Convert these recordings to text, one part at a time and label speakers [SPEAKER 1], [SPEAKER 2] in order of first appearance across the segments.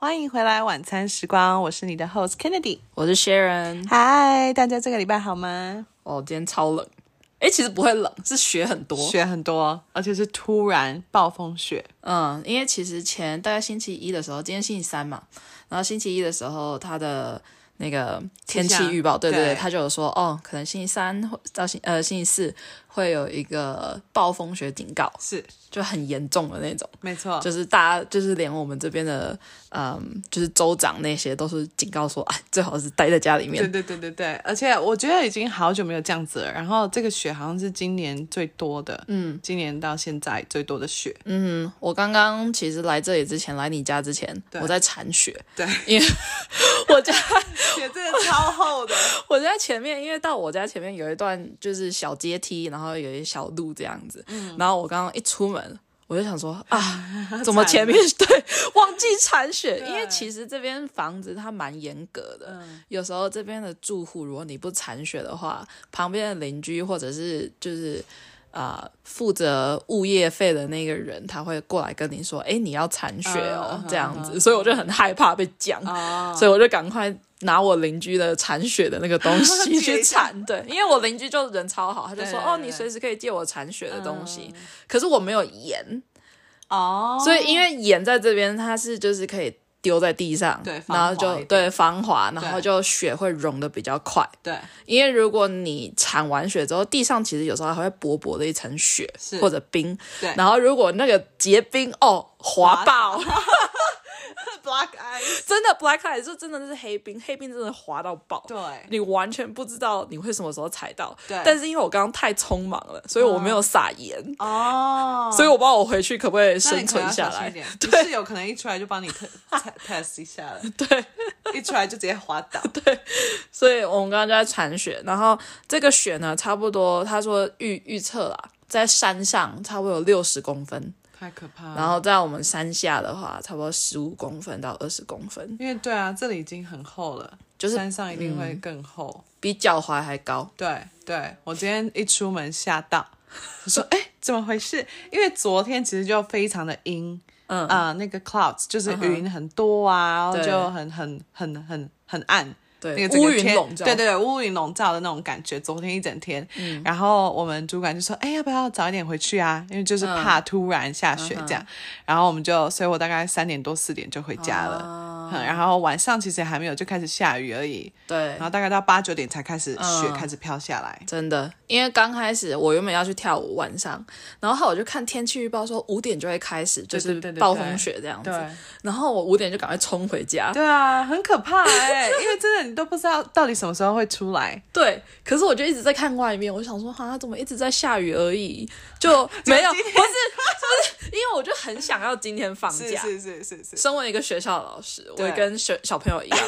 [SPEAKER 1] 欢迎回来，晚餐时光，我是你的 host Kennedy。
[SPEAKER 2] 我是 Sharon。
[SPEAKER 1] 嗨，大家这个礼拜好吗？
[SPEAKER 2] 哦，今天超冷。诶，其实不会冷，是雪很多。
[SPEAKER 1] 雪很多，而且是突然暴风雪。
[SPEAKER 2] 嗯，因为其实前大概星期一的时候，今天星期三嘛，然后星期一的时候，它的那个天
[SPEAKER 1] 气
[SPEAKER 2] 气
[SPEAKER 1] 象
[SPEAKER 2] 预报，对对
[SPEAKER 1] 对
[SPEAKER 2] 对，它就有说，哦，可能星期三或到星呃星期四会有一个暴风雪警告，
[SPEAKER 1] 是，
[SPEAKER 2] 就很严重的那种，
[SPEAKER 1] 没错，
[SPEAKER 2] 就是大家就是连我们这边的，嗯，就是州长那些都是警告说，哎，最好是待在家里
[SPEAKER 1] 对
[SPEAKER 2] 面。
[SPEAKER 1] 对对对对。而且我觉得已经好久没有这样子了。然后这个雪好像是今年最多的，嗯，今年到现在最多的雪。
[SPEAKER 2] 嗯，我刚刚其实来这里之前，来你家之前，
[SPEAKER 1] 对
[SPEAKER 2] 我在铲雪，
[SPEAKER 1] 对，
[SPEAKER 2] 因为 我家
[SPEAKER 1] 雪真的超厚的。
[SPEAKER 2] 我家前面，因为到我家前面有一段就是小阶梯，然后有一小路这样子。
[SPEAKER 1] 嗯
[SPEAKER 2] 然后我刚刚一出门，我就想 说啊，怎么前面对忘记铲雪？因为其实这边房子它蛮严格的，
[SPEAKER 1] 嗯
[SPEAKER 2] 有时候这边的住户如果你不铲雪的话，旁边的邻居或者是就是。啊、负责物业费的那个人，他会过来跟你说：“哎、你要铲雪哦，
[SPEAKER 1] 嗯
[SPEAKER 2] 这样子。
[SPEAKER 1] 嗯嗯
[SPEAKER 2] 所以我就很害怕被讲。
[SPEAKER 1] 哦，
[SPEAKER 2] 所以我就赶快拿我邻居的铲雪的那个东西
[SPEAKER 1] 借
[SPEAKER 2] 去
[SPEAKER 1] 一下
[SPEAKER 2] 铲，对，因为我邻居就人超好，他就
[SPEAKER 1] 对
[SPEAKER 2] 说
[SPEAKER 1] 对
[SPEAKER 2] 哦，
[SPEAKER 1] 对嗯
[SPEAKER 2] 你随时可以借我铲雪的东西，可是我没有盐，
[SPEAKER 1] 哦，
[SPEAKER 2] 所以因为盐在这边它是就是可以丢在地上，
[SPEAKER 1] 对防
[SPEAKER 2] 然后
[SPEAKER 1] 滑一
[SPEAKER 2] 就
[SPEAKER 1] 点
[SPEAKER 2] 对防滑，然后
[SPEAKER 1] 对
[SPEAKER 2] 就雪会融的比较快，
[SPEAKER 1] 对
[SPEAKER 2] 因为如果你铲完雪之后，地上其实有时候还会薄薄的一层雪
[SPEAKER 1] 是
[SPEAKER 2] 或者冰，
[SPEAKER 1] 对
[SPEAKER 2] 然后如果那个结冰哦滑
[SPEAKER 1] 滑
[SPEAKER 2] 爆，
[SPEAKER 1] ，Black Eyes，
[SPEAKER 2] 真的 black eye 就真的是黑冰，黑冰真的滑到爆，
[SPEAKER 1] 对，
[SPEAKER 2] 你完全不知道你会什么时候踩到。
[SPEAKER 1] 对嗯
[SPEAKER 2] 但是因为我刚刚太匆忙了，所以我没有撒盐，
[SPEAKER 1] 哦，
[SPEAKER 2] 所以我不知道我回去可不可以
[SPEAKER 1] 那你
[SPEAKER 2] 生
[SPEAKER 1] 可能
[SPEAKER 2] 存
[SPEAKER 1] 要
[SPEAKER 2] 下
[SPEAKER 1] 小心一
[SPEAKER 2] 来。
[SPEAKER 1] 点，你室友可能一出来就帮你 t- test 一下了，
[SPEAKER 2] 对，
[SPEAKER 1] 一出来就直接滑倒。
[SPEAKER 2] 所以我们刚刚就在铲雪，然后这个雪呢，差不多他说预预测啦，在山上差不多有六十公分，
[SPEAKER 1] 太可怕了。
[SPEAKER 2] 然后在我们山下的话，差不多十五公分到二十公分，
[SPEAKER 1] 因为对啊，这里已经很厚了，
[SPEAKER 2] 就是嗯
[SPEAKER 1] 山上一定会更厚。
[SPEAKER 2] 比脚踝还高。
[SPEAKER 1] 对对，我今天一出门吓到， 我说哎、怎么回事？因为昨天其实就非常的阴，嗯啊、那个 clouds 就是云很多啊，然后
[SPEAKER 2] 嗯对
[SPEAKER 1] 就很很很很很暗。
[SPEAKER 2] 对
[SPEAKER 1] 那个整个
[SPEAKER 2] 乌云
[SPEAKER 1] 天
[SPEAKER 2] 笼罩
[SPEAKER 1] 对对对，乌云笼罩的那种感觉，昨天一整天。然后我们主管就说：“哎，要不要早一点回去啊？因为就是怕突然下雪这样。然后我们就，所以我大概三点多四点就回家了。嗯，然后晚上其实还没有，就开始下雨而已。
[SPEAKER 2] 对
[SPEAKER 1] 然，后大概到八九点才开始雪
[SPEAKER 2] 嗯
[SPEAKER 1] 开始飘下来。
[SPEAKER 2] 真的，因为刚开始我原本要去跳舞，晚上，然后后来我就看天气预报说五点就会开始，就
[SPEAKER 1] 对
[SPEAKER 2] 是
[SPEAKER 1] 对对
[SPEAKER 2] 暴风雪这样子。然后我五点就赶快冲回家。
[SPEAKER 1] 对啊，很可怕哎、 因为真的你都不知道到底什么时候会出来。
[SPEAKER 2] 对，可是我就一直在看外面，我想说，哈，怎么一直在下雨而已， 就没有，不
[SPEAKER 1] 今
[SPEAKER 2] 是，
[SPEAKER 1] 天
[SPEAKER 2] 就是因为我就很想要今天放
[SPEAKER 1] 是
[SPEAKER 2] 假。
[SPEAKER 1] 是是是是，
[SPEAKER 2] 身为一个学校的老师，我
[SPEAKER 1] 对
[SPEAKER 2] 也跟学小朋友一样，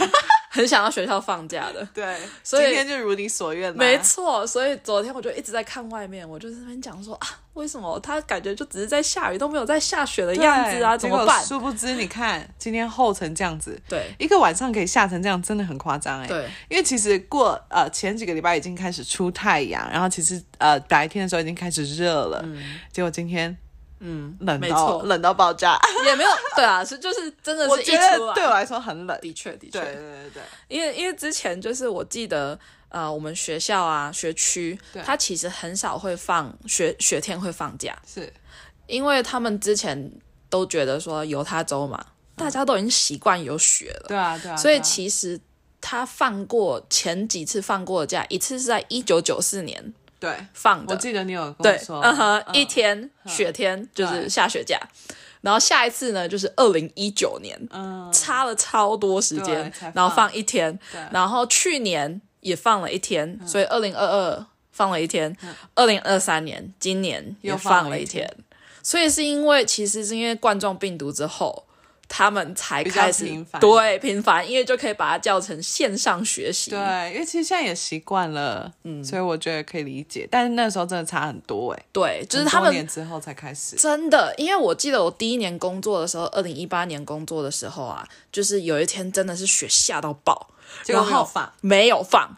[SPEAKER 2] 很想要学校放假的。
[SPEAKER 1] 对，
[SPEAKER 2] 所以
[SPEAKER 1] 今天就如你所愿啦
[SPEAKER 2] 没错，所以昨天我就一直在看外面，我就在那边讲说啊，为什么他感觉就只是在下雨，都没有在下雪的
[SPEAKER 1] 对
[SPEAKER 2] 样子啊？怎
[SPEAKER 1] 结
[SPEAKER 2] 么
[SPEAKER 1] 果
[SPEAKER 2] 办？
[SPEAKER 1] 殊不知，你看今天厚成这样子，
[SPEAKER 2] 对
[SPEAKER 1] 一个晚上可以下成这样，真的很夸张哎。
[SPEAKER 2] 对，
[SPEAKER 1] 因为其实过呃前几个礼拜已经开始出太阳，然后其实呃白天的时候已经开始热了，结果今天嗯冷
[SPEAKER 2] 没
[SPEAKER 1] 到
[SPEAKER 2] 错
[SPEAKER 1] 冷到爆炸，
[SPEAKER 2] 也没有对啊，是就是真的
[SPEAKER 1] 我
[SPEAKER 2] 是一
[SPEAKER 1] 觉
[SPEAKER 2] 出
[SPEAKER 1] 得
[SPEAKER 2] 来，
[SPEAKER 1] 对我来说很冷。
[SPEAKER 2] 的确的
[SPEAKER 1] 对对
[SPEAKER 2] 确，
[SPEAKER 1] 对对，
[SPEAKER 2] 因为因为之前就是我记得呃，我们学校啊学区
[SPEAKER 1] 对，
[SPEAKER 2] 它其实很少会放学学天会放假，
[SPEAKER 1] 是
[SPEAKER 2] 因为他们之前都觉得说犹他州嘛，大家都已经习惯有雪了。
[SPEAKER 1] 对啊嗯对啊，
[SPEAKER 2] 所以
[SPEAKER 1] 对啊
[SPEAKER 2] 其实他放过前几次放过的假，一次是在一九九四年
[SPEAKER 1] 对，
[SPEAKER 2] 放
[SPEAKER 1] 我
[SPEAKER 2] 的，
[SPEAKER 1] 记得你有跟
[SPEAKER 2] 对
[SPEAKER 1] 我，说，嗯
[SPEAKER 2] 嗯哼，一天雪天就
[SPEAKER 1] 对
[SPEAKER 2] 是下雪假，然后下一次呢就是二零一九年，
[SPEAKER 1] 嗯
[SPEAKER 2] 差了超多时
[SPEAKER 1] 对
[SPEAKER 2] 间
[SPEAKER 1] 才放，
[SPEAKER 2] 然后放一天
[SPEAKER 1] 对，嗯
[SPEAKER 2] 然后去年也放了一天，所以二零二二放了一天，二零二三年今年也
[SPEAKER 1] 又放
[SPEAKER 2] 放
[SPEAKER 1] 了
[SPEAKER 2] 了
[SPEAKER 1] 一
[SPEAKER 2] 一
[SPEAKER 1] 天
[SPEAKER 2] 天，所以是因为其实是因为冠状病毒之后。他们才
[SPEAKER 1] 比较
[SPEAKER 2] 开始
[SPEAKER 1] 频繁
[SPEAKER 2] 对频繁，因为就可以把它叫成线上学习。
[SPEAKER 1] 对，因为其实现在也习惯了，嗯，所以我觉得可以理解，但是那时候真的差很多哎、
[SPEAKER 2] 对，就是
[SPEAKER 1] 很
[SPEAKER 2] 他
[SPEAKER 1] 多
[SPEAKER 2] 们
[SPEAKER 1] 年之后才开始，
[SPEAKER 2] 真的，因为我记得我第一年工作的时候，二零一八年工作的时候啊，就是有一天真的是雪下到爆，
[SPEAKER 1] 结果
[SPEAKER 2] 然
[SPEAKER 1] 没有
[SPEAKER 2] 后
[SPEAKER 1] 放，哦
[SPEAKER 2] 没有放，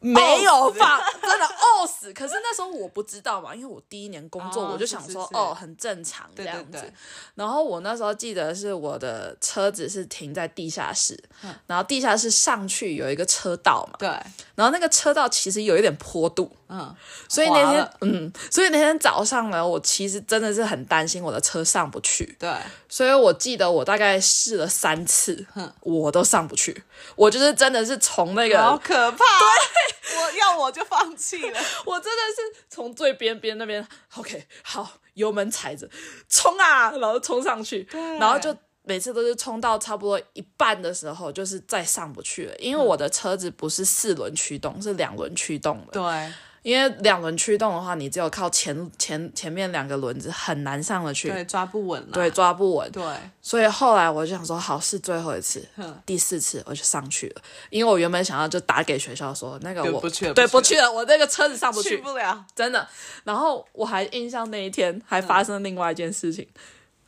[SPEAKER 2] 没有放，真的呕死。可是那时候我不知道嘛，因为我第一年工作，
[SPEAKER 1] 哦
[SPEAKER 2] 我就想说
[SPEAKER 1] 是是是
[SPEAKER 2] 哦，很正常这
[SPEAKER 1] 对
[SPEAKER 2] 样子。
[SPEAKER 1] 对对
[SPEAKER 2] 然后我那时候记得是我的车子是停在地下室，
[SPEAKER 1] 嗯
[SPEAKER 2] 然后地下室上去有一个车道嘛，
[SPEAKER 1] 对，
[SPEAKER 2] 然后那个车道其实有一点坡度，
[SPEAKER 1] 嗯，
[SPEAKER 2] 所以那
[SPEAKER 1] 滑
[SPEAKER 2] 天
[SPEAKER 1] 了
[SPEAKER 2] 嗯，所以那天早上呢，我其实真的是很担心我的车上不去，
[SPEAKER 1] 对，
[SPEAKER 2] 所以我记得我大概试了三次，我都上不去，我就是真的是从那
[SPEAKER 1] 好
[SPEAKER 2] 个，
[SPEAKER 1] 可怕。对， 我要我就放弃了。
[SPEAKER 2] 我真的是从最边边那边，OK，好，油门踩着冲啊，然后冲上去，然后就。每次都是冲到差不多一半的时候，就是再上不去了，因为我的车子不是四轮驱动，是两轮驱动的。
[SPEAKER 1] 对，
[SPEAKER 2] 因为两轮驱动的话，你只有靠前前前面两个轮子很难上得去，
[SPEAKER 1] 对，抓不稳了。
[SPEAKER 2] 对，抓不稳。
[SPEAKER 1] 对，
[SPEAKER 2] 所以后来我就想说，好是最后一次
[SPEAKER 1] 哼，
[SPEAKER 2] 第四次我就上去了，因为我原本想要就打给学校说那个
[SPEAKER 1] 对
[SPEAKER 2] 我
[SPEAKER 1] 不去了
[SPEAKER 2] 对
[SPEAKER 1] 不
[SPEAKER 2] 去
[SPEAKER 1] 去
[SPEAKER 2] 了，我那个车子上不
[SPEAKER 1] 去
[SPEAKER 2] 去，
[SPEAKER 1] 不了。
[SPEAKER 2] 真的。然后我还印象那一天还发
[SPEAKER 1] 嗯
[SPEAKER 2] 生另外一件事情，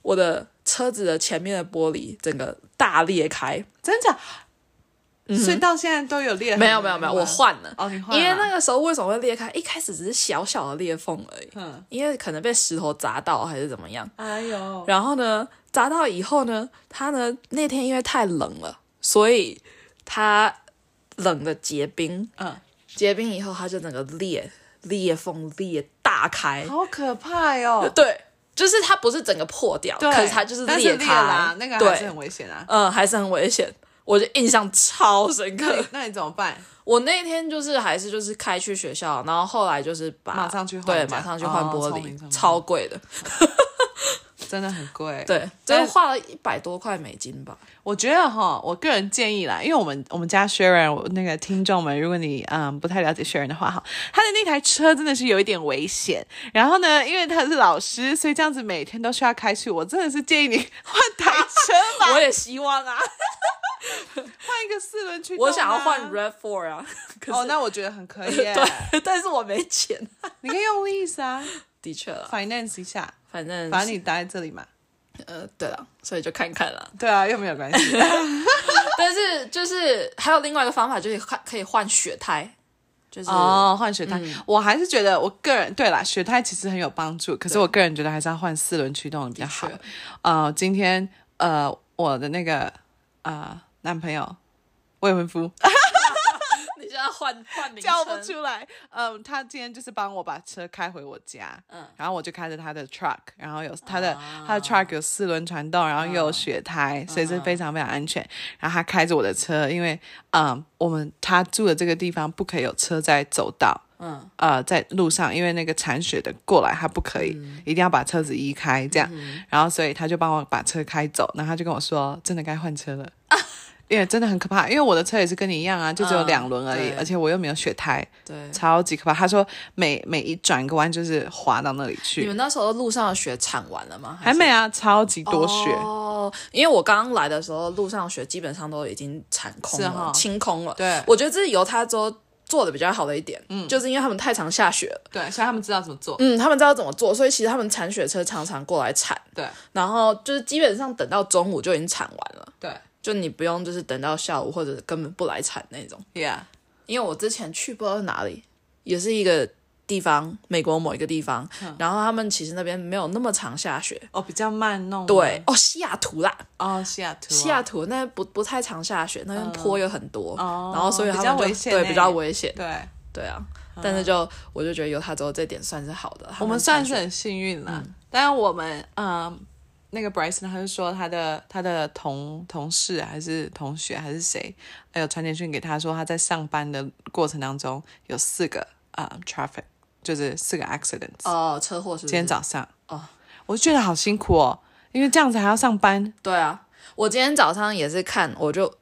[SPEAKER 2] 我的车子的前面的玻璃整个大裂开，
[SPEAKER 1] 真假？所以到现在嗯都有裂痕吗？
[SPEAKER 2] 没有没有没有，我换了。
[SPEAKER 1] 哎哦，你换
[SPEAKER 2] 因为
[SPEAKER 1] 了
[SPEAKER 2] 那个时候为什么会裂开？一开始只是小小的裂缝而已，
[SPEAKER 1] 嗯
[SPEAKER 2] 因为可能被石头砸到还是怎么样。
[SPEAKER 1] 哎呦，
[SPEAKER 2] 然后呢，砸到以后呢，它呢那天因为太冷了，所以它冷的结冰，
[SPEAKER 1] 嗯，
[SPEAKER 2] 结冰以后它就整个裂裂缝裂大开，
[SPEAKER 1] 好可怕哟。
[SPEAKER 2] 对，就是它不是整个破掉，
[SPEAKER 1] 对，
[SPEAKER 2] 可是它就是
[SPEAKER 1] 但是
[SPEAKER 2] 裂
[SPEAKER 1] 裂
[SPEAKER 2] 开，
[SPEAKER 1] 啦，那个还是
[SPEAKER 2] 对
[SPEAKER 1] 很，危险 啊。
[SPEAKER 2] 嗯，还是很危险。我就印象超深
[SPEAKER 1] 那
[SPEAKER 2] 刻
[SPEAKER 1] 你，那你怎么办？
[SPEAKER 2] 我那天就是还是就是开去学校，然后后来就是把
[SPEAKER 1] 马上去换
[SPEAKER 2] 对，
[SPEAKER 1] 这样
[SPEAKER 2] 马上去换
[SPEAKER 1] 哦
[SPEAKER 2] 玻
[SPEAKER 1] 聪明聪
[SPEAKER 2] 璃，
[SPEAKER 1] 明
[SPEAKER 2] 超贵的，
[SPEAKER 1] 真的很贵。，
[SPEAKER 2] 对，
[SPEAKER 1] 但
[SPEAKER 2] 这
[SPEAKER 1] 是
[SPEAKER 2] 花了一百多块美金吧。
[SPEAKER 1] 我觉得哈，我个人建议啦，因为我们我们家 Sharon 我那个听众们，如果你嗯不太了解 Sharon 的话哈，他的那台车真的是有一点危险。然后呢，因为他是老师，所以这样子每天都需要开去，我真的是建议你换台车吧，
[SPEAKER 2] 我也希望啊，
[SPEAKER 1] 换一个四轮驱动啊、
[SPEAKER 2] 我想要换 Red Four 啊， 可是、
[SPEAKER 1] 哦，那我觉得很可以耶。
[SPEAKER 2] 对，但是我没钱。
[SPEAKER 1] 你可以用 lease 啊
[SPEAKER 2] 的确了，
[SPEAKER 1] ，finance 一下，
[SPEAKER 2] 反正
[SPEAKER 1] 反正你待在这里嘛。
[SPEAKER 2] 呃，对了，所以就看看啦。
[SPEAKER 1] 对啊，又没有关系。
[SPEAKER 2] 但是就是还有另外一个方法，就是换可以换雪胎，就是、嗯
[SPEAKER 1] 哦，换雪胎，我还是觉得我个人对啦，雪胎其实很有帮助，可是我个人觉得还是要换四轮驱动的比较好
[SPEAKER 2] 的确。
[SPEAKER 1] 呃，今天呃，我的那个呃男朋友未婚夫
[SPEAKER 2] 你现在换换名称
[SPEAKER 1] 叫不出来，嗯、他今天就是帮我把车开回我家，嗯，然后我就开着他的 truck，然后有
[SPEAKER 2] 啊
[SPEAKER 1] 他的、他的 truck 有四轮传动，然后又有雪胎，
[SPEAKER 2] 嗯
[SPEAKER 1] 所以是非常非常安全。然后他开着我的车，因为嗯、我们他住的这个地方不可以有车在走道。
[SPEAKER 2] 嗯，
[SPEAKER 1] 呃，在路上，因为那个铲雪的过来，他不可以，
[SPEAKER 2] 嗯
[SPEAKER 1] 一定要把车子移开，这样。然后，所以他就帮我把车开走，然后他就跟我说，真的该换车了，因为真的很可怕。因为我的车也是跟你一样啊，就只有
[SPEAKER 2] 嗯
[SPEAKER 1] 两轮而已，
[SPEAKER 2] 对
[SPEAKER 1] 而且我又没有雪胎，
[SPEAKER 2] 对。
[SPEAKER 1] 超级可怕。他说每每一转个弯就是滑到那里
[SPEAKER 2] 你
[SPEAKER 1] 去，
[SPEAKER 2] 们那时候路上的雪铲完了吗？
[SPEAKER 1] 还没啊，超级多雪。
[SPEAKER 2] 哦，因为我刚来的时候，路上雪基本上都已经铲空
[SPEAKER 1] 是
[SPEAKER 2] 了
[SPEAKER 1] 哈、
[SPEAKER 2] 清空了。
[SPEAKER 1] 对
[SPEAKER 2] 我觉得这是犹他州做的比较好的一点，嗯，就是因为他们太常下雪了，
[SPEAKER 1] 对，所以他们知道怎么做。
[SPEAKER 2] 嗯，他们知道怎么做，所以其实他们铲雪车常常过来铲，
[SPEAKER 1] 对
[SPEAKER 2] 然后就是基本上等到中午就已经铲完了，
[SPEAKER 1] 对
[SPEAKER 2] 就你不用就是等到下午或者根本不来铲那种。
[SPEAKER 1] ，Yeah，
[SPEAKER 2] 因为我之前去不知道是哪里，也是一个地方，美国某一个地方，
[SPEAKER 1] 嗯
[SPEAKER 2] 然后他们其实那边没有那么常下雪。
[SPEAKER 1] 哦，比较慢弄。
[SPEAKER 2] 对，，哦，西雅图啦，
[SPEAKER 1] 哦，西雅图啊，
[SPEAKER 2] 西雅图那不不太常下雪，那边坡有很多，
[SPEAKER 1] 哦
[SPEAKER 2] 然后所以他
[SPEAKER 1] 比较
[SPEAKER 2] 们就
[SPEAKER 1] 危险
[SPEAKER 2] 对
[SPEAKER 1] 欸
[SPEAKER 2] 比较危险，
[SPEAKER 1] 对。
[SPEAKER 2] 对啊。但是就我就觉得犹他州这点算是好的，
[SPEAKER 1] 我
[SPEAKER 2] 他
[SPEAKER 1] 们
[SPEAKER 2] 铲
[SPEAKER 1] 算是
[SPEAKER 2] 雪
[SPEAKER 1] 很幸运啦。但是我们嗯，那个 Bryson 他就说他的他的同同事还是同学还是谁，还有传简讯给他说他在上班的过程当中有四个啊、嗯 traffic，就是四个 accidents。
[SPEAKER 2] 哦车祸是不是
[SPEAKER 1] 今天早上
[SPEAKER 2] 哦，
[SPEAKER 1] 我就觉得好辛苦哦，因为这样子还要上班。
[SPEAKER 2] 对啊，我今天早上也是看，我就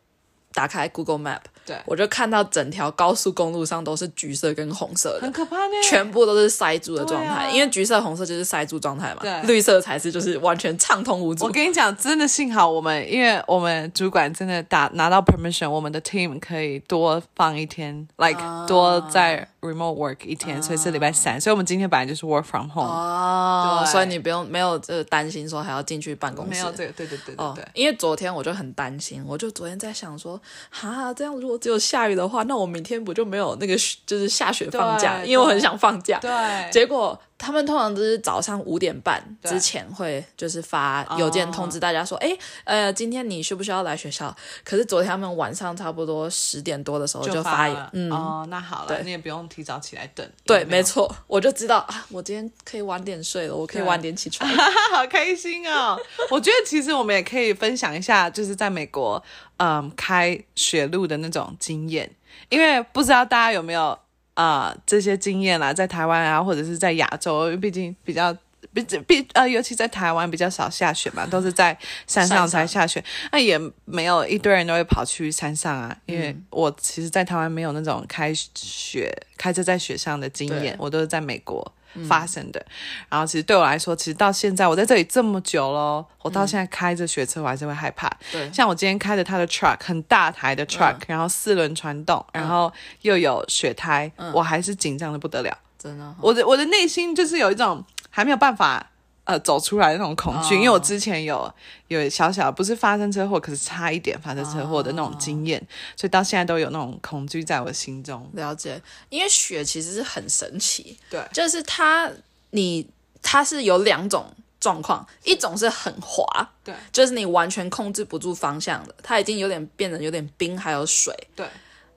[SPEAKER 2] 打开 Google Map，
[SPEAKER 1] 对
[SPEAKER 2] 我就看到整条高速公路上都是橘色跟红色的
[SPEAKER 1] 很。可怕呢。
[SPEAKER 2] 全部都是塞住的状态，
[SPEAKER 1] 对啊
[SPEAKER 2] 因为橘色、红色就是塞住状态嘛
[SPEAKER 1] 对，
[SPEAKER 2] 绿色才是就是完全畅通无阻
[SPEAKER 1] 我。跟你讲，真的幸好我们，因为我们主管真
[SPEAKER 2] 啊
[SPEAKER 1] 的打拿到 permission，我们的 team 可以多放一天，like、多在 remote work 一天，所以是礼拜三，所以我们今天本来就是 work from home，
[SPEAKER 2] 哦，
[SPEAKER 1] 对
[SPEAKER 2] 所以你不用没有就是担心说还要进去办公室，
[SPEAKER 1] 没有这个，对对对对
[SPEAKER 2] 哦
[SPEAKER 1] 对，，
[SPEAKER 2] 因为昨天我就很担心，我就昨天在想说，哈，这样如果只有下雨的话，那我明天不就没有那个雪就是下雪放假？
[SPEAKER 1] 对
[SPEAKER 2] 因为我很想放假。
[SPEAKER 1] 对
[SPEAKER 2] 结果他们通常都是早上五点半
[SPEAKER 1] 对
[SPEAKER 2] 之前会就是发
[SPEAKER 1] 哦
[SPEAKER 2] 邮件通知大家说，哎、呃，今天你需不需要来学校？可是昨天他们晚上差不多十点多的时候
[SPEAKER 1] 就
[SPEAKER 2] 发
[SPEAKER 1] 发
[SPEAKER 2] 言
[SPEAKER 1] 了，
[SPEAKER 2] 嗯，
[SPEAKER 1] 哦，那好了，
[SPEAKER 2] 对
[SPEAKER 1] 你也不用提早起来等，
[SPEAKER 2] 对，
[SPEAKER 1] 也
[SPEAKER 2] 没
[SPEAKER 1] 有，
[SPEAKER 2] 错，我就知道啊，我今天可以晚点睡了，我可以
[SPEAKER 1] 对
[SPEAKER 2] 晚点 起床。
[SPEAKER 1] 好开心哦！我觉得其实我们也可以分享一下，就是在美国，嗯，开学路的那种经验，因为不知道大家有没有啊、呃这些经验啦，在台湾啊，或者是在亚洲，因为毕竟比较。毕毕呃，尤其在台湾比较少下雪嘛，都是在山上才下雪。那也没有一堆人都会跑去山上啊，
[SPEAKER 2] 嗯
[SPEAKER 1] 因为我其实，在台湾没有那种开雪开车在雪上的经验
[SPEAKER 2] 对，嗯
[SPEAKER 1] 我都是在美国发生的。然后其实对我来说，其实到现在我在这里这么久咯，我到现在开着雪车我还是会害怕。
[SPEAKER 2] 嗯对嗯
[SPEAKER 1] 像我今天开着他的 truck，很大台的 truck，、然后四轮传动，然后又有雪胎，
[SPEAKER 2] 嗯
[SPEAKER 1] 我还是紧张的不得了。
[SPEAKER 2] 真的哦、
[SPEAKER 1] 我的我的内心就是有一种还没有办法呃走出来的那种恐惧，
[SPEAKER 2] 哦
[SPEAKER 1] 因为我之前有有小小不是发生车祸，可是差一点发生车祸的那种经验，所以到现在都有那种恐惧在我心中。
[SPEAKER 2] 了解，因为雪其实是很神奇，
[SPEAKER 1] 对
[SPEAKER 2] 就是它你它是有两种状况，一种是很滑，
[SPEAKER 1] 对
[SPEAKER 2] 就是你完全控制不住方向的，它已经有点变得有点冰，还有水，
[SPEAKER 1] 对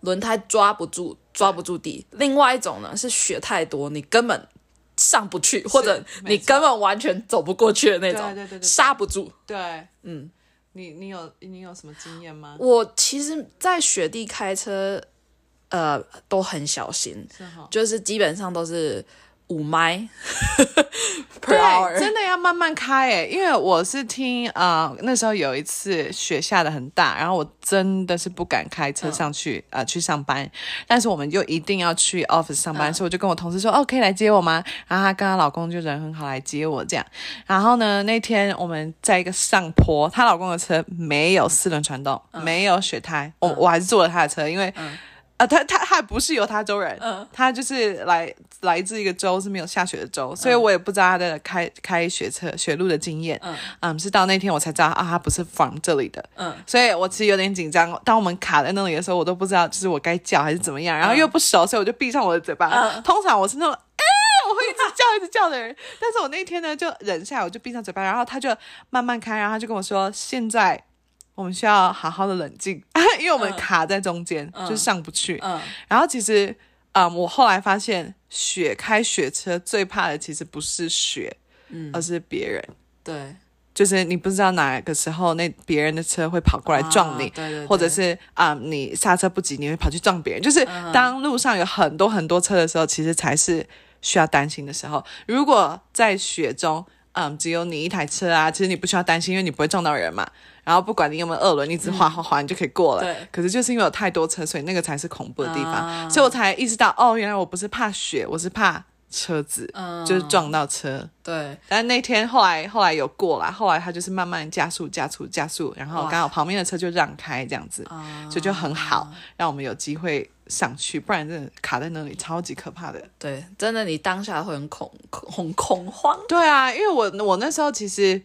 [SPEAKER 2] 轮胎抓不住，抓不住地。另外一种呢是雪太多，你根本上不去，或者
[SPEAKER 1] 没错
[SPEAKER 2] 你根本完全走不过去的那种，
[SPEAKER 1] 对对对对对
[SPEAKER 2] 刹不住。
[SPEAKER 1] 对，嗯，你你有你有什么经验吗？
[SPEAKER 2] 我其实，在雪地开车，呃，都很小心，
[SPEAKER 1] 是哈。
[SPEAKER 2] 就是基本上都是五迈 per
[SPEAKER 1] 对，
[SPEAKER 2] hour。
[SPEAKER 1] 真的要慢慢开诶，因为我是听啊、呃那时候有一次雪下的很大，然后我真的是不敢开车上去、
[SPEAKER 2] 嗯
[SPEAKER 1] 呃去上班，但是我们就一定要去 office 上
[SPEAKER 2] 嗯
[SPEAKER 1] 班，所以我就跟我同事说，哦，可以来接我吗？然后她跟她老公就人很好来接我这样，然后呢那天我们在一个上坡，她老公的车没有四轮传动，
[SPEAKER 2] 嗯
[SPEAKER 1] 没有雪胎，我、我还是坐了她的车，因为。啊，他他他不是犹他州人，他就是来来自一个州是没有下雪的州，所以我也不知道他的开开雪车雪路的经验。嗯是到那天我才知道啊，他不是 from 这里的。嗯，所以我其实有点紧张。当我们卡在那里的时候，我都不知道就是我该叫还是怎么样，然后又不熟，所以我就闭上我的嘴巴。通常我是那种。哎我会一直叫，一直叫的人，但是我那天呢就忍下来，我就闭上嘴巴，然后他就慢慢开，然后他就跟我说：“现在我们需要好好的冷静， 因为我们卡在中间，就是上不去。
[SPEAKER 2] 嗯，
[SPEAKER 1] 然后其实，嗯，我后来发现，雪开雪车最怕的其实不是雪，
[SPEAKER 2] 嗯
[SPEAKER 1] 而是别人。
[SPEAKER 2] 对，
[SPEAKER 1] 就是你不知道哪个时候那别人的车会跑过来撞你，
[SPEAKER 2] 啊对对对
[SPEAKER 1] 或者是啊、嗯你刹车不及，你会跑去撞别人。就是
[SPEAKER 2] 嗯
[SPEAKER 1] 当路上有很多很多车的时候，其实才是需要担心的时候。如果在雪中，嗯，只有你一台车啊，其实你不需要担心，因为你不会撞到人嘛。然后不管你有没有二轮，你只滑滑滑，你就可以过了。
[SPEAKER 2] 对啊
[SPEAKER 1] 可是就是因为有太多车，所以那个才是恐怖的地方，所以我才意识到，哦，原来我不是怕雪，我是怕车子，
[SPEAKER 2] 嗯
[SPEAKER 1] 就是撞到车。
[SPEAKER 2] 对，
[SPEAKER 1] 但那天后来后来有过啦，后来他就是慢慢加速加速加速，然后刚好旁边的车就让开这样子，所以就很好，让我们有机会上去，不然真的卡在那里超级可怕的。
[SPEAKER 2] 对，真的，你当下会很恐恐很恐慌。
[SPEAKER 1] 对啊，因为我我那时候其实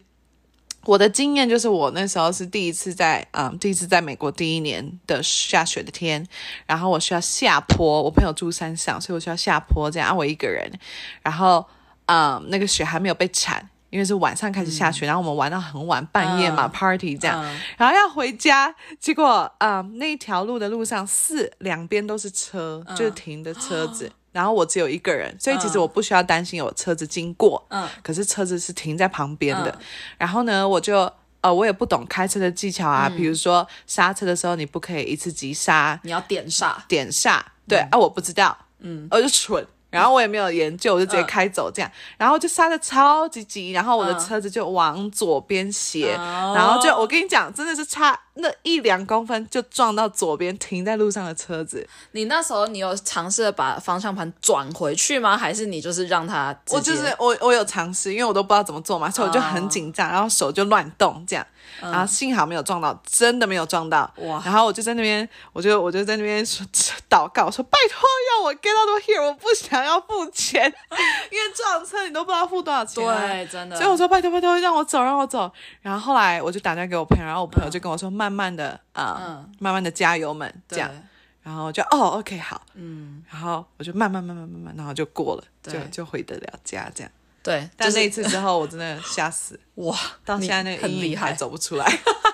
[SPEAKER 1] 我的经验就是，我那时候是第一次在嗯，第一次在美国第一年的下雪的天，然后我需要下坡，我朋友住山上，所以我需要下坡这样，啊、我一个人，然后嗯，那个雪还没有被铲。因为是晚上开始下雪，然后我们玩到很晚，半夜嘛、
[SPEAKER 2] 嗯
[SPEAKER 1] p a r t y 这样，
[SPEAKER 2] 嗯
[SPEAKER 1] 然后要回家，结果啊、嗯那一条路的路上四两边都是车，就是停的车子，然后我只有一个人，所以其实我不需要担心有车子经过，
[SPEAKER 2] 嗯，
[SPEAKER 1] 可是车子是停在旁边的，然后呢，我就。呃，我也不懂开车的技巧啊，比如说刹车的时候你不可以一次急刹，
[SPEAKER 2] 你要点刹，
[SPEAKER 1] 点刹，对、啊，我不知道，嗯，我就蠢，然后我也没有研究，我就直接开走这样，然后就刹的超级急，然后我的车子就往左边斜，然后就我跟你讲，真的是差那一两公分就撞到左边停在路上的车子。
[SPEAKER 2] 你那时候你有尝试把方向盘转回去吗？还是你就是让它直接？哦
[SPEAKER 1] 我就是我，我有尝试，因为我都不知道怎么做嘛，所以我就很紧张，然后手就乱动这样，然后幸好没有撞到，真的没有撞到。
[SPEAKER 2] 嗯哇
[SPEAKER 1] 然后我就在那边，我就我就在那边说 祷告，说拜托让我 get out of here，我不想要付 钱，因为撞车你都不知道付多少钱啊、
[SPEAKER 2] 对，真的。
[SPEAKER 1] 所以我说拜托拜托，让我走，让我走。然后后来我就打电话给我朋友，然后我朋友就跟我说，慢慢的啊、呃慢慢的加油们这
[SPEAKER 2] 嗯对
[SPEAKER 1] 样。然后我就哦，OK，好，嗯，然后我就慢慢慢慢慢慢，然后就过了，就
[SPEAKER 2] 对
[SPEAKER 1] 就回得了家这样。
[SPEAKER 2] 对，
[SPEAKER 1] 但
[SPEAKER 2] 就是
[SPEAKER 1] 那一次之后，我真的吓死，
[SPEAKER 2] 哇，
[SPEAKER 1] 到
[SPEAKER 2] 你
[SPEAKER 1] 现在那个
[SPEAKER 2] 很
[SPEAKER 1] 阴
[SPEAKER 2] 厉
[SPEAKER 1] 影还
[SPEAKER 2] 害。
[SPEAKER 1] 走不出来。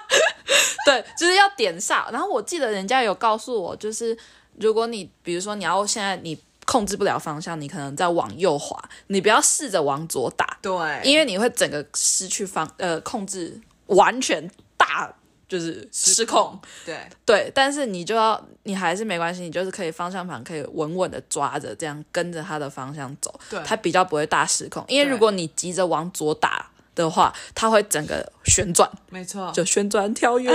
[SPEAKER 2] 对，就是要点煞。然后我记得人家有告诉我，就是如果你比如说你要现在你控制不了方向，你可能在往右滑，你不要试着往左打，
[SPEAKER 1] 对，
[SPEAKER 2] 因为你会整个失去方呃控制，完全大就是失控。
[SPEAKER 1] 对，
[SPEAKER 2] 对，但是你就要，你还是没关系，你就是可以方向盘可以稳稳的抓着，这样跟着它的方向走，
[SPEAKER 1] 对
[SPEAKER 2] 它比较不会大失控。因为
[SPEAKER 1] 对
[SPEAKER 2] 如果你急着往左打的话，它会整个旋转，
[SPEAKER 1] 没错，
[SPEAKER 2] 就旋转跳跃。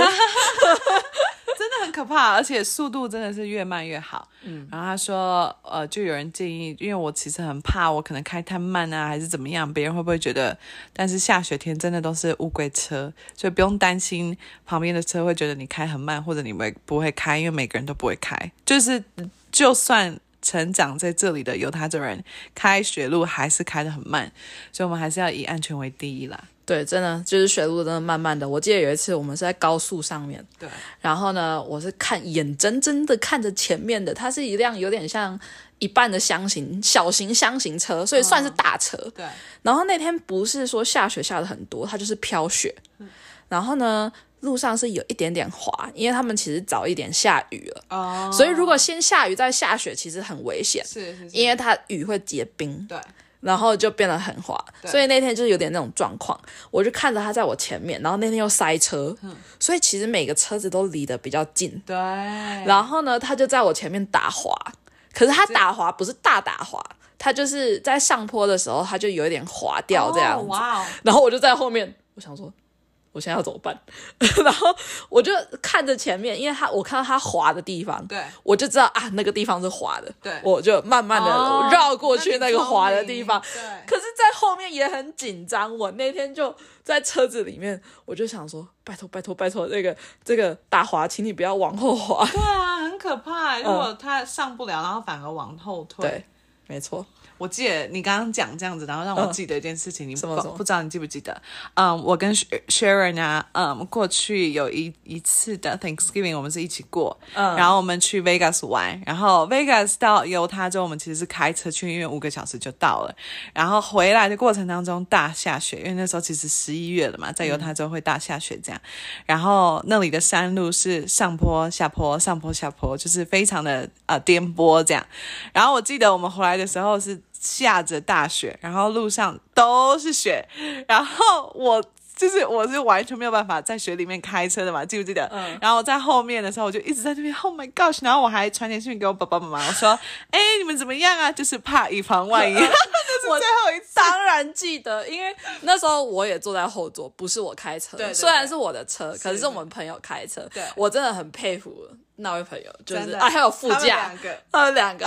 [SPEAKER 1] 真的很可怕，而且速度真的是越慢越好。嗯，然后他说，呃，就有人建议，因为我其实很怕我可能开太慢啊，还是怎么样，别人会不会觉得？但是下雪天真的都是乌龟车，所以不用担心旁边的车会觉得你开很慢，或者你们不会开，因为每个人都不会开，就是就算。成长在这里的犹他州人，开雪路还是开得很慢，所以我们还是要以安全为第一啦。
[SPEAKER 2] 对，真的就是雪路，真的慢慢的。我记得有一次我们是在高速上面，
[SPEAKER 1] 对，
[SPEAKER 2] 然后呢，我是看眼睁睁的看着前面的，它是一辆有点像一半的箱型小型箱型车，所以算是大车。
[SPEAKER 1] 嗯对，
[SPEAKER 2] 然后那天不是说下雪下的很多，它就是飘雪。
[SPEAKER 1] 嗯
[SPEAKER 2] 然后呢，路上是有一点点滑，因为他们其实早一点下雨了，
[SPEAKER 1] 哦，
[SPEAKER 2] 所以如果先下雨再下雪，其实很危险，
[SPEAKER 1] 是是是，
[SPEAKER 2] 因为它雨会结冰，
[SPEAKER 1] 对，
[SPEAKER 2] 然后就变得很滑。所以那天就是有点那种状况，我就看着它在我前面，然后那天又塞车，
[SPEAKER 1] 嗯
[SPEAKER 2] 所以其实每个车子都离得比较近。
[SPEAKER 1] 对，
[SPEAKER 2] 然后呢，他就在我前面打滑，可是他打滑不是大打滑，他就是在上坡的时候，他就有一点滑掉这样
[SPEAKER 1] 哦
[SPEAKER 2] 子。
[SPEAKER 1] 哇哦，
[SPEAKER 2] 然后我就在后面，我想说，我现在要怎么办？ 然后我就看着前面，因为他我看到他滑的地方，
[SPEAKER 1] 对。
[SPEAKER 2] 我就知道啊，那个地方是滑的，
[SPEAKER 1] 对
[SPEAKER 2] 我就慢慢
[SPEAKER 1] 哦
[SPEAKER 2] 的绕过去那个滑的地方。
[SPEAKER 1] 那你聪明
[SPEAKER 2] 可是，在后面也很紧张。我那天就在车子里面，我就想说，拜托，拜托，拜托，这个这个打滑，请你不要往后滑。
[SPEAKER 1] 对对啊，很可怕欸。如果他上不了，然后反而往后退。
[SPEAKER 2] 嗯对，没错，
[SPEAKER 1] 我记得你刚刚讲这样子，然后让我记得一件事情，你
[SPEAKER 2] 嗯什么什
[SPEAKER 1] 不
[SPEAKER 2] 么
[SPEAKER 1] 不知道你记不记得？嗯，我跟 Sh- Sharon 啊，嗯，过去有一一次的 Thanksgiving 我们是一起过，嗯，然后我们去 Vegas 玩，然后 Vegas 到犹他州，我们其实是开车去，因为五个小时就到了，然后回来的过程当中大下雪，因为那时候其实十一月了嘛，在犹他州会大下雪这样，然后那里的山路是上坡下坡上坡下坡，就是非常的呃颠簸这样，然后我记得我们回来的时候是下着大雪，然后路上都是雪，然后我。就是我是完全没有办法在雪里面开车的嘛，记不记得？嗯、然后我在后面的时候，我就一直在那边，Oh my gosh！然后我还传简讯给我爸爸妈妈，我说：“ 哎、你们怎么样啊？就是怕以防万一。”那是
[SPEAKER 2] 我
[SPEAKER 1] 最后一次。
[SPEAKER 2] 当然记得，因为那时候我也坐在后座，不是我开车，
[SPEAKER 1] 对对
[SPEAKER 2] 虽然是我的车，可是是
[SPEAKER 1] 是
[SPEAKER 2] 我们朋友开车。
[SPEAKER 1] 对
[SPEAKER 2] 我真的很佩服那位朋友，就
[SPEAKER 1] 真
[SPEAKER 2] 是
[SPEAKER 1] 的
[SPEAKER 2] 啊，还有副
[SPEAKER 1] 他们
[SPEAKER 2] 驾
[SPEAKER 1] 两，个
[SPEAKER 2] 他们两 个，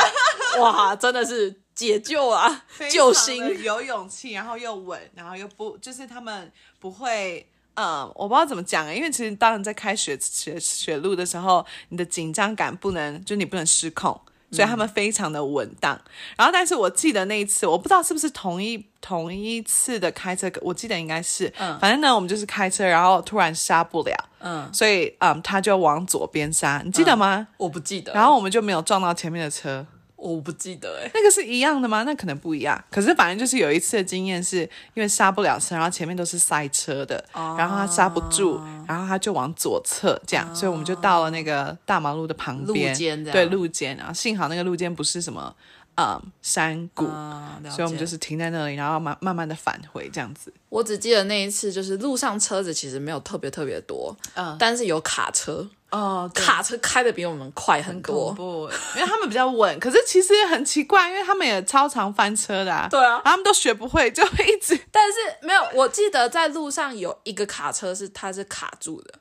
[SPEAKER 2] 哇，真的是解救啊，救星。，
[SPEAKER 1] 有勇气，然后又稳，然后又不，就是他们不会。嗯，我不知道怎么讲啊，因为其实当你在开雪雪雪路的时候，你的紧张感不能，就是你不能失控，所以他
[SPEAKER 2] 嗯
[SPEAKER 1] 们非常的稳当。然后，但是我记得那一次，我不知道是不是同一同一次的开车，我记得应该是，嗯、反正呢，我们就是开车，然后突然刹不了，
[SPEAKER 2] 嗯，
[SPEAKER 1] 所以嗯，他就往左边刹，你记得吗？
[SPEAKER 2] 我不记得，
[SPEAKER 1] 然后我们就没有撞到前面的车。
[SPEAKER 2] 我不记得哎、
[SPEAKER 1] 那个是一样的吗？那可能不一样。可是反正就是有一次的经验是，因为刹不了车，然后前面都是塞车的，
[SPEAKER 2] 哦
[SPEAKER 1] 然后他刹不住，然后他就往左侧这样，所以我们就到了那个大马路的旁边，
[SPEAKER 2] 路肩这样
[SPEAKER 1] 对路肩。然后幸好那个路肩不是什么嗯山谷，
[SPEAKER 2] 啊，了
[SPEAKER 1] 所以我们
[SPEAKER 2] 解
[SPEAKER 1] 就是停在那里，然后慢慢慢的返回这样子。
[SPEAKER 2] 我只记得那一次，就是路上车子其实没有特别特别多，
[SPEAKER 1] 嗯
[SPEAKER 2] 但是有卡车，
[SPEAKER 1] 哦，
[SPEAKER 2] 卡车开的比我们快很
[SPEAKER 1] 恐
[SPEAKER 2] 多。
[SPEAKER 1] 怖，因为他们比较稳，可是其实很奇怪，因为他们也超常翻车的、啊，
[SPEAKER 2] 对啊
[SPEAKER 1] 然后他们都学不会，就一直
[SPEAKER 2] 但是没有，我记得在路上有一个卡车是它是卡住的，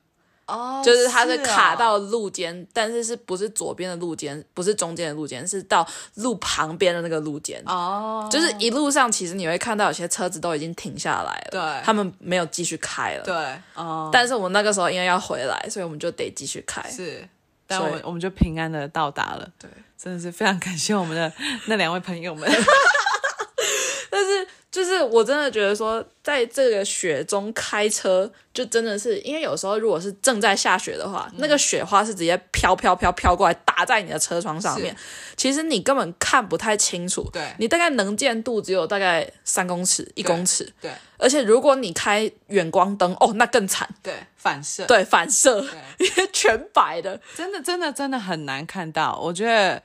[SPEAKER 1] 哦，
[SPEAKER 2] 就是它是啊
[SPEAKER 1] 哦
[SPEAKER 2] 卡到路肩，但是是不是左边的路肩，不是中间的路肩，是到路旁边的那个路肩。
[SPEAKER 1] 哦，
[SPEAKER 2] 就是一路上，其实你会看到有些车子都已经停下来了，
[SPEAKER 1] 对
[SPEAKER 2] 他们没有继续开了。
[SPEAKER 1] 对，哦，
[SPEAKER 2] 但是我们那个时候因为要回来，所以我们就得继续开。
[SPEAKER 1] 是，但
[SPEAKER 2] 所以
[SPEAKER 1] 我们我们就平安的到达了，
[SPEAKER 2] 对，
[SPEAKER 1] 真的是非常感谢我们的 那两位朋友们，
[SPEAKER 2] 就是我真的觉得说，在这个雪中开车，就真的是因为有时候如果是正在下雪的话，那个雪花是直接飘飘飘飘过来打在你的车窗上面，其实你根本看不太清楚。
[SPEAKER 1] 对
[SPEAKER 2] 你大概能见度只有大概三公尺、一公尺，
[SPEAKER 1] 对
[SPEAKER 2] 而且如果你开远光灯，哦，那更惨，
[SPEAKER 1] 对，反射，
[SPEAKER 2] 对，反射，因为全白的，
[SPEAKER 1] 真的真的真的很难看到。我觉得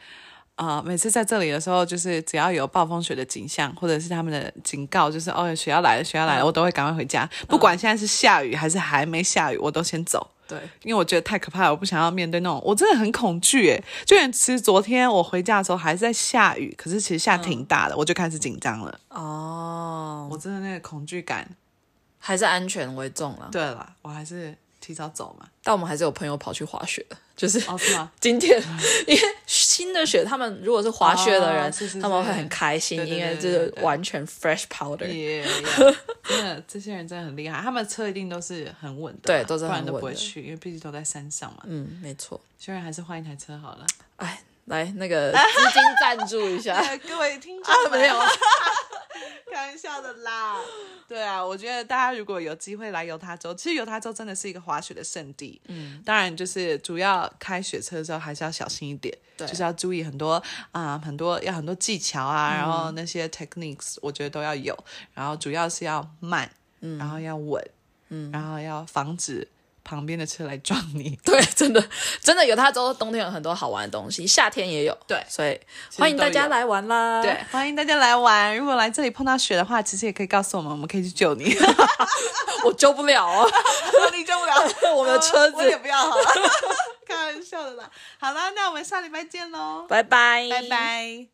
[SPEAKER 1] 啊、呃每次在这里的时候，就是只要有暴风雪的景象，或者是他们的警告，就是哦雪要来了，雪要来了，我都会赶快回家，不管现在是下雨还是还没下雨，我都先走。
[SPEAKER 2] 对，
[SPEAKER 1] 因为我觉得太可怕了，我不想要面对那种，我真的很恐惧诶。就连其实昨天我回家的时候还是在下雨，可是其实下挺大的，我就开始紧张了。
[SPEAKER 2] 哦，
[SPEAKER 1] 我真的那个恐惧感，
[SPEAKER 2] 嗯还是安全为重啦。
[SPEAKER 1] 对了，我还是提早走嘛。
[SPEAKER 2] 但我们还是有朋友跑去滑雪的，就是
[SPEAKER 1] 哦，是吗？
[SPEAKER 2] 今天， 因为新的雪，他们如果是滑雪的人，
[SPEAKER 1] 哦是是是
[SPEAKER 2] 他们会很开心，
[SPEAKER 1] 对对对
[SPEAKER 2] 因为就
[SPEAKER 1] 对
[SPEAKER 2] 是
[SPEAKER 1] 对嗯对
[SPEAKER 2] 完全 fresh powder。
[SPEAKER 1] 耶耶真的，这些人真的很厉害，他们车一定都是很稳的啦，
[SPEAKER 2] 对都是
[SPEAKER 1] 不然
[SPEAKER 2] 很
[SPEAKER 1] 都不
[SPEAKER 2] 稳
[SPEAKER 1] 会
[SPEAKER 2] 的
[SPEAKER 1] 去，因为毕竟都在山上嘛。
[SPEAKER 2] 嗯，没错。
[SPEAKER 1] 虽然还是换一台车好 了。
[SPEAKER 2] 哎，来那 个资金赞助一下。
[SPEAKER 1] 呃各位听众
[SPEAKER 2] 啊，
[SPEAKER 1] 们
[SPEAKER 2] 没有，
[SPEAKER 1] 开玩笑的啦。对啊，我觉得大家如果有机会来犹他州，其实犹他州真的是一个滑雪的圣地。嗯，当然就是主要开雪车的时候还是要小心一点，
[SPEAKER 2] 对
[SPEAKER 1] 就是要注意很多啊、很多要很多技巧啊，然后那些 techniques 我觉得都要有，然后主要是要慢，嗯，然后要稳，嗯，然后要防止旁边的车来撞你。
[SPEAKER 2] 对，真的，真的有他州冬天有很多好玩的东西，夏天也有，
[SPEAKER 1] 对
[SPEAKER 2] 所以
[SPEAKER 1] 实
[SPEAKER 2] 欢迎大
[SPEAKER 1] 都
[SPEAKER 2] 家
[SPEAKER 1] 有
[SPEAKER 2] 来玩啦。
[SPEAKER 1] 对，，欢迎大家来玩。如果来这里碰到雪的话，其实也可以告诉我们，我们可以去救你。
[SPEAKER 2] 我救不 了哦。
[SPEAKER 1] 你救不了
[SPEAKER 2] 我们的车子
[SPEAKER 1] 嗯我也不要 好了，开玩笑的啦。好啦，那我们下礼拜见喽，
[SPEAKER 2] 拜拜，
[SPEAKER 1] 拜。拜。